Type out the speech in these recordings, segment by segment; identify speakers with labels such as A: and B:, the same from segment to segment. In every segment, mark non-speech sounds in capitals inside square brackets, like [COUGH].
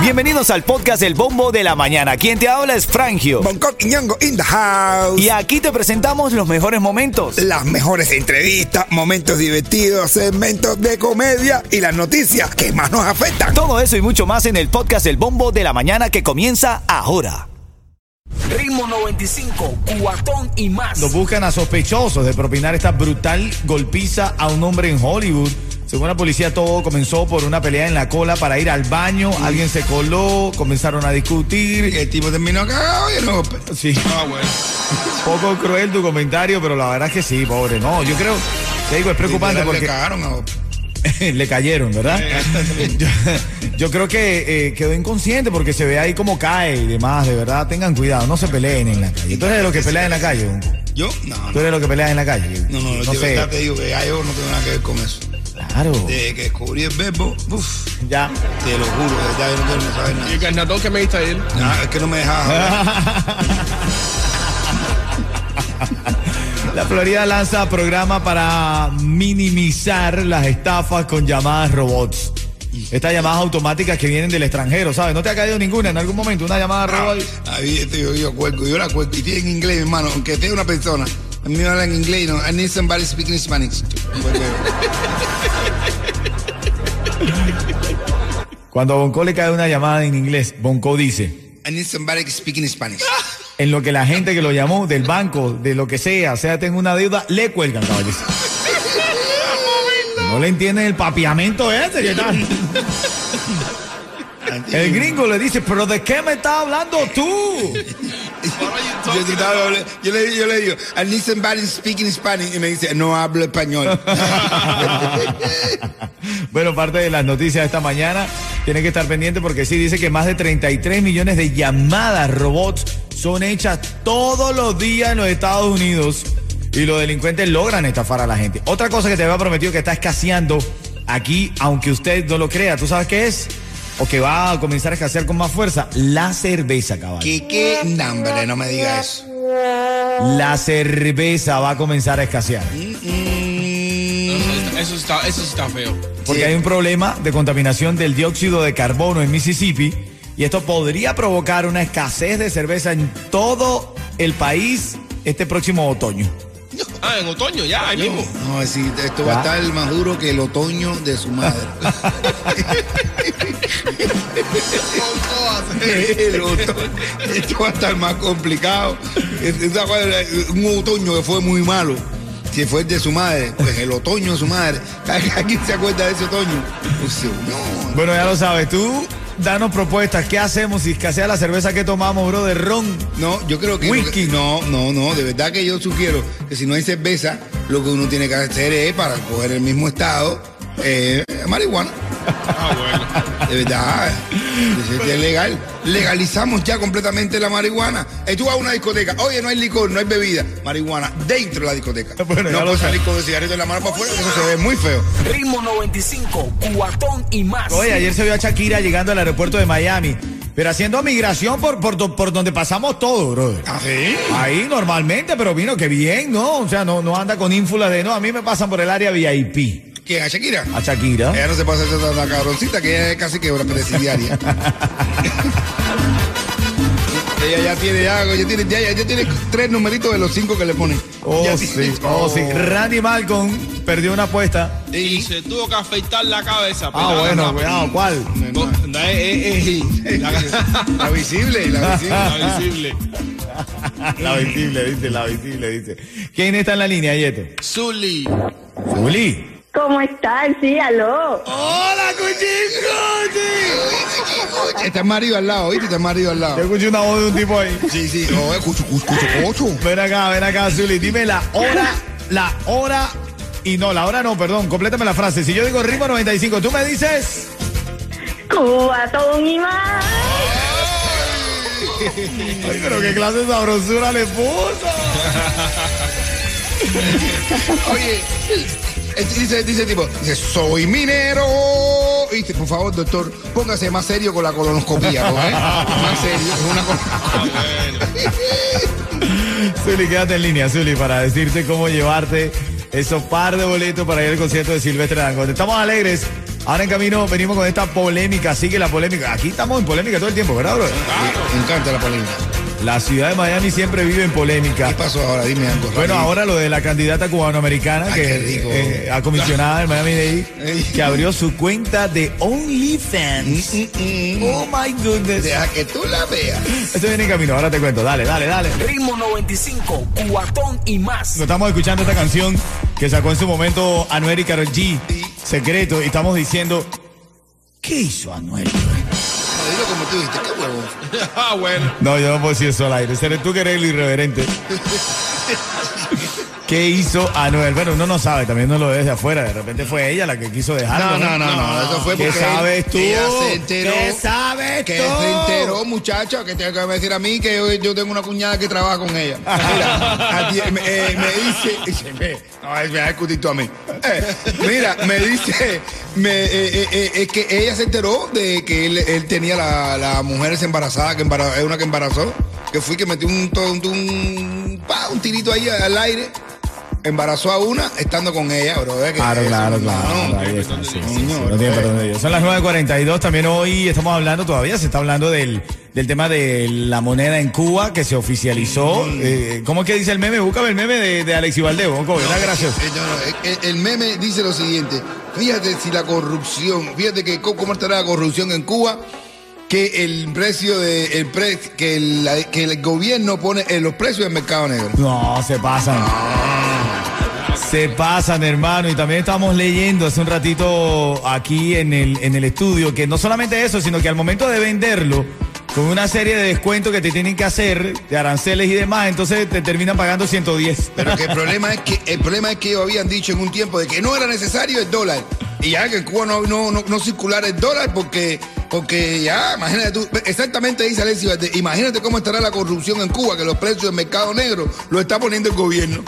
A: Bienvenidos al podcast El Bombo de la Mañana. Quien te habla es Frangio.
B: Bangkok y Ñongo in the house.
A: Y aquí te presentamos los mejores momentos.
B: Las mejores entrevistas, momentos divertidos, segmentos de comedia y las noticias que más nos afectan.
A: Todo eso y mucho más en el podcast El Bombo de la Mañana que comienza ahora.
C: Ritmo 95, cuatón y más.
D: Los buscan a sospechosos de propinar esta brutal golpiza a un hombre en Hollywood. Según la policía, todo comenzó por una pelea en la cola para ir al baño. Alguien se coló, comenzaron a discutir.
B: El tipo terminó cagado y no.
D: Sí.
B: Ah,
D: Poco cruel tu comentario, pero la verdad es que sí, pobre. No, yo creo, te digo, es preocupante
B: Literal, le
D: porque
B: cagaron a otro.
D: [LAUGHS] le cayeron, ¿verdad?
B: Eh, [LAUGHS]
D: yo, [LAUGHS] yo creo que eh, quedó inconsciente porque se ve ahí como cae y demás. De verdad, tengan cuidado, no se peleen en la calle. Entonces, lo que pelean en la calle.
B: ¿Yo? No,
D: Tú
B: no.
D: eres lo que peleas en la calle.
B: No, no, yo de verdad te digo que ya yo no tengo nada que ver con eso.
D: Claro.
B: Desde que descubrí el verbo, uff,
D: Ya.
B: te lo juro, de verdad yo no quiero ni saber
E: Y el
B: nada.
E: carnatón que me diste ayer.
B: Nada, es que no me dejaba. [LAUGHS] hablar.
D: La Florida lanza programa para minimizar las estafas con llamadas robots. Estas llamadas automáticas que vienen del extranjero, ¿sabes? No te ha caído ninguna en algún momento, una llamada robot.
B: Ahí estoy yo, yo cuelgo, yo la cuelgo. Y estoy en inglés, mi hermano, aunque esté una persona. A mí me hablan en inglés, no. I need somebody speaking Spanish. Porque- Ah.
D: Cuando a Bonco le cae una llamada en inglés, Bonco dice,
B: I need somebody speaking Spanish.
D: en lo que la gente que lo llamó del banco, de lo que sea, sea tengo una deuda, le cuelgan, caballero. No le entienden el papiamento ese, ¿qué tal? El gringo le dice, pero ¿de qué me estás hablando tú?
B: Yo, te estaba hablando- yo le, yo le digo, I need somebody speaking Spanish. Y me dice, no
D: [LAUGHS]
B: hablo español.
D: Bueno, parte de las noticias de esta mañana. Tienen que estar pendientes porque sí dice que más de 33 millones de llamadas robots son hechas todos los días en los Estados Unidos y los delincuentes logran estafar a la gente. Otra cosa que te había prometido que está escaseando aquí, aunque usted no lo crea, ¿tú sabes qué es? O que va a comenzar a escasear con más fuerza, la cerveza, caballo.
B: ¿Qué, qué? No, hombre, no me diga eso.
D: La cerveza va a comenzar a escasear.
E: Eso está, eso está feo.
D: Porque
B: Sí.
D: hay un problema de contaminación del dióxido de carbono en Mississippi y esto podría provocar una escasez de cerveza en todo el país este próximo otoño.
E: Ah, en otoño, ya, ahí mismo.
B: No, sí, esto va a
D: Ya.
B: estar más duro que el otoño de su madre. Eh, El otoño. esto va a estar más complicado. Este, ¿te acuerdas? Un otoño que fue muy malo. Si fue el de su madre, pues el otoño de su madre. [LAUGHS] ¿A quién se acuerda de ese otoño? Pues, no.
D: Bueno, ya lo sabes, tú danos propuestas. ¿Qué hacemos si escasea la cerveza que tomamos, bro, de ron?
B: No, yo creo que.
D: Whisky.
B: No, no, no. De verdad que yo sugiero que si no hay cerveza, lo que uno tiene que hacer es para coger el mismo estado, eh, marihuana.
E: Ah, bueno.
B: De
D: [LAUGHS]
B: verdad, es que es legal. Legalizamos ya completamente la marihuana. Eh, Tú vas a una discoteca, oye, no hay licor, no hay bebida. Marihuana dentro de la discoteca.
D: Bueno, ya
B: no
D: lo
B: puedes
D: sabes.
B: salir con el cigarrito en la mano para afuera, eso se ve muy feo.
C: Ritmo 95, cuatón y más.
D: Oye, ayer se vio a Shakira llegando al aeropuerto de Miami, pero haciendo migración por, por, do- por donde pasamos todo, brother.
B: ¿Ah, sí?
D: Ahí normalmente, pero vino que bien, ¿no? O sea, no, no anda con ínfulas de no, a mí me pasan por el área VIP.
B: ¿Quién? ¿A Shakira?
D: A Shakira.
B: Ella no se pasa esa tan cabroncita que ella es casi que una
D: [LAUGHS]
B: presidiaria. ella ya tiene ya, ya tiene, ya, ya- ya tiene tres numeritos de los cinco que le ponen.
D: Oh,
B: Ya
D: sí,
B: tiene-
D: oh, sí. Randy Malcolm perdió una apuesta.
E: Y se tuvo que afeitar la cabeza.
D: Ah,
E: pero
D: bueno,
E: nada,
D: cuidado, ¿cuál?
E: pero- No, eh, eh, eh, la,
B: [LAUGHS] La visible, la
D: [LAUGHS]
B: visible.
E: la visible.
D: [LAUGHS] La visible, dice, la visible, dice. ¿Quién está en la línea, Yeto?
E: Zully.
D: Juli.
F: ¿Cómo están? Sí, aló.
D: ¡Hola, Cuchicuchi!
B: Está el marido Este al lado, ¿viste? Está el marido al
D: Yo
B: lado.
D: escuché una voz de un tipo ahí.
B: Sí, sí. Oh, escucho, escucho, escucho.
D: Ven acá, ven acá, Zuli. Dime la hora, la hora. Y no, la hora no, perdón, complétame la frase. Si yo digo ritmo 95, tú me dices.
F: Cubatón y más.
D: Ay, pero qué clase de sabrosura le puso.
B: Oye, eh, dice, dice el tipo, dice, soy minero. Y dice, por favor, doctor, póngase más serio con la colonoscopía, ¿no, eh? Más serio, es una colonoscopía.
D: Zuli, quédate en línea, Zuli, para decirte cómo llevarte esos par de boletos para ir al concierto de Silvestre Dangote. Estamos alegres Ahora en camino venimos con esta polémica, sigue la polémica. Aquí estamos en polémica todo el tiempo, ¿verdad, bro?
B: Me encanta la polémica.
D: La ciudad de Miami siempre vive en polémica.
B: ¿Qué pasó ahora? Dime algo.
D: Bueno,
B: rápido.
D: ahora lo de la candidata cubanoamericana,
B: Ay, qué
D: que
B: rico.
D: eh, a comisionada del Miami Dade,
B: Ey.
D: que abrió su cuenta de OnlyFans. Oh my goodness.
B: Mm, Deja que tú la veas.
D: Esto viene en camino, ahora te cuento. Dale, dale, dale.
C: Ritmo 95, cuatón y más.
D: Estamos escuchando esta canción que sacó en su momento Anuel y Karol G, Secreto, y estamos diciendo, ¿qué hizo Anuel?
B: No, Dilo como tú dijiste, qué huevo.
E: [LAUGHS] Ah, bueno.
D: No, yo no puedo decir eso al aire. Seré tú que eres el
B: [LAUGHS]
D: irreverente. ¿Qué hizo Anuel? Bueno, uno no sabe, también no lo ve desde afuera. De repente fue ella la que quiso dejarlo.
B: No, no, no, no, Eso fue
D: ¿Qué
B: porque
D: sabes tú?
B: ella se enteró.
D: ¿Qué sabes
B: que
D: tú?
B: se enteró, muchacha, que tiene que decir a mí que yo, yo tengo una cuñada que trabaja con ella. Mira, a ti- me, eh, me dice, dice, ve, no, me vas a discutir tú a mí. Eh, mira, me dice, me, eh, eh, eh, es que ella se enteró de que él, él tenía la, la mujer esa embarazada, que embarazó, una que embarazó, que fui que metió un, to- un, un, pa, un tirito ahí al aire. Embarazó a una estando con ella, bro. eh, que
D: Claro,
B: eso,
D: claro,
B: no,
D: claro.
B: no.
D: ahí está, sí, sí, sí,
B: Coño, eh.
D: no tiene
B: bro.
D: perdón de Dios. Son las 9.42. También hoy estamos hablando, todavía se está hablando del, del tema de la moneda en Cuba que se oficializó.
B: Mm.
D: Eh, ¿Cómo es que dice el meme? Búscame el meme de, de Alex Ibaldeo. Era gracioso.
B: Eh, no, no, eh, eh, el meme dice lo siguiente. Fíjate si la corrupción, fíjate que co- cómo estará la corrupción en Cuba, que el precio de el pre- que, el, la- que el gobierno pone en los precios del mercado negro.
D: No, se pasan. Se pasan, hermano. Y también estamos leyendo hace un ratito aquí en el, en el estudio que no solamente eso, sino que al momento de venderlo, con una serie de descuentos que te tienen que hacer, de aranceles y demás, entonces te terminan pagando 110.
B: [LAUGHS] Pero que el problema es que el problema es que ellos habían dicho en un tiempo de que no era necesario el dólar. Y ya que en Cuba no, no, no, no circular el dólar porque, porque ya, imagínate tú, exactamente dice Alexis, Valdés, imagínate cómo estará la corrupción en Cuba, que los precios del mercado negro lo está poniendo el gobierno.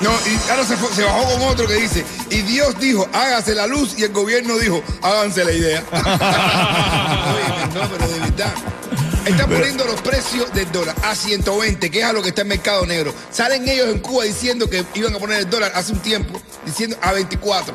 B: No, y ahora se, fue- se bajó con otro que dice, y Dios dijo, hágase la luz, y el gobierno dijo, háganse la idea. [LAUGHS] Oye, no, pero de verdad. Están poniendo los precios del dólar a 120, que es a lo que está el mercado negro. Salen ellos en Cuba diciendo que iban a poner el dólar hace un tiempo, diciendo a 24.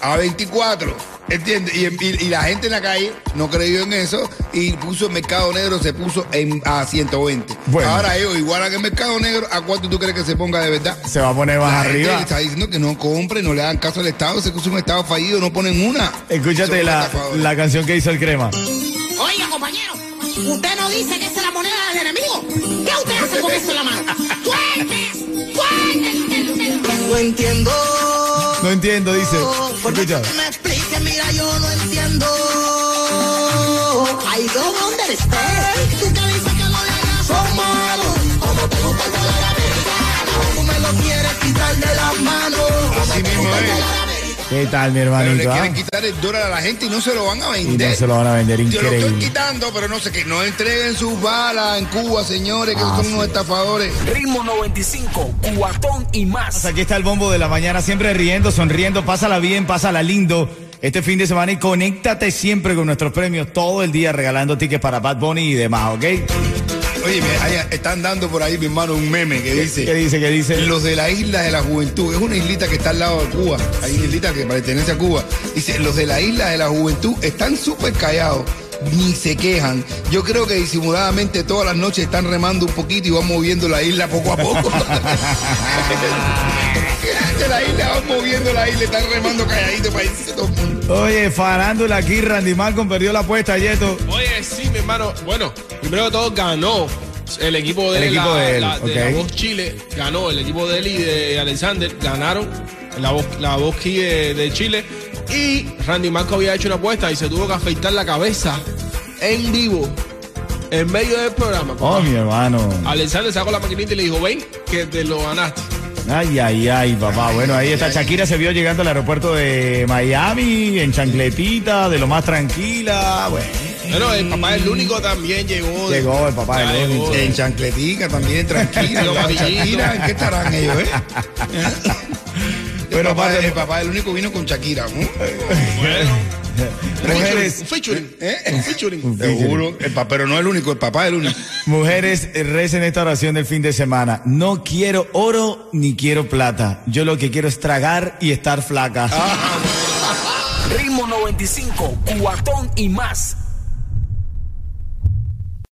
B: A 24. ¿Entiendes? Y, y- y la gente en la calle no creyó en eso y puso el mercado negro, se puso en, a 120.
D: Bueno.
B: Ahora ellos igualan el mercado negro, ¿a cuánto tú crees que se ponga de verdad?
D: Se va a poner más
B: La gente
D: arriba.
B: le está diciendo que no compre, no le hagan caso al Estado, se puso un Estado fallido, no ponen una.
D: Escúchate
B: Son
D: la,
B: estafadores.
D: la canción que hizo el crema.
G: Oiga, compañero, usted no dice que esa es la moneda del enemigo. ¿Qué usted hace con eso en la mano? ¡Fuerte! ¡Fuerte!
H: No entiendo.
D: No entiendo, dice.
H: Por más
D: Escucha.
H: que me explique, mira, yo no entiendo. I don't understand. Tú que dices que los de allá son malos. ¿Cómo te gusta el dólar americano? ¿Cómo me lo quieres quitar de las manos?
B: Así mismo es.
D: ¿Qué tal, mi
B: Pero
D: hermanito?
B: le
D: ah?
B: quieren quitar el dólar a la gente y no se lo van a
D: Y
B: vender.
D: no se lo van a vender
B: Yo lo estoy
D: increíble.
B: quitando, pero no sé qué. No entreguen sus balas en Cuba, señores, que
D: Ah,
B: son unos estafadores.
C: Ritmo 95, cuatón y más.
D: Pues Aquí está el bombo de la mañana, siempre riendo, sonriendo, pásala bien, pásala lindo. Este fin de semana y conéctate siempre con nuestros premios todo el día regalando tickets para Bad Bunny y demás, ¿ok?
B: Oye, me- ahí están dando por ahí, mi hermano, un meme que dice.
D: ¿Qué dice? ¿Qué dice?
B: Los de la isla de la juventud, es una islita que está al lado de Cuba, hay una islita que pertenece a Cuba. Dice, los de la isla de la juventud están súper callados, ni se quejan. Yo creo que disimuladamente todas las noches están remando un poquito y van moviendo la isla poco
D: [LAUGHS]
B: a poco. [LAUGHS] de la isla van moviendo la isla, están remando calladito para irse todo el mundo.
D: Oye, farándula aquí, Randy Malcolm perdió la apuesta, Yeto.
E: Oye, sí, mi hermano. Bueno, primero que todo ganó el equipo de,
D: El equipo
E: la,
D: de él,
E: la- de la
D: ok.
E: voz Chile. Ganó el equipo de él y de Alexander. Ganaron la voz, la voz Key de, de Chile. Y Randy Marco había hecho una apuesta y se tuvo que afeitar la cabeza en vivo, en medio del programa.
D: Oh, mi hermano.
E: Alexander sacó la maquinita y le dijo, ven, que te lo ganaste.
D: Ay, ay, ay, papá. Bueno, ahí está. Shakira se vio llegando al aeropuerto de Miami en chancletita, de lo más tranquila. Bueno,
E: Pero el papá del único también llegó.
D: Llegó el papá
E: Ya
D: del
E: llegó.
D: único.
B: En chancletica
D: [LAUGHS]
B: también, tranquila.
E: Los
B: en Shakira,
E: amarillitos.
B: ¿en qué estarán ellos, eh?
D: Pero
B: el, papá,
D: aparte-
B: el papá del único vino con Shakira. ¿no?
E: Bueno,
D: mujeres,
E: un featuring.
B: ¿Eh?
E: Un featuring.
B: Seguro, el pa- pero no el único, el papá es el único.
D: Mujeres, eh, recen esta oración del fin de semana. No quiero oro ni quiero plata. Yo lo que quiero es tragar y estar flaca.
C: Ritmo 95. 95, cuatón y más.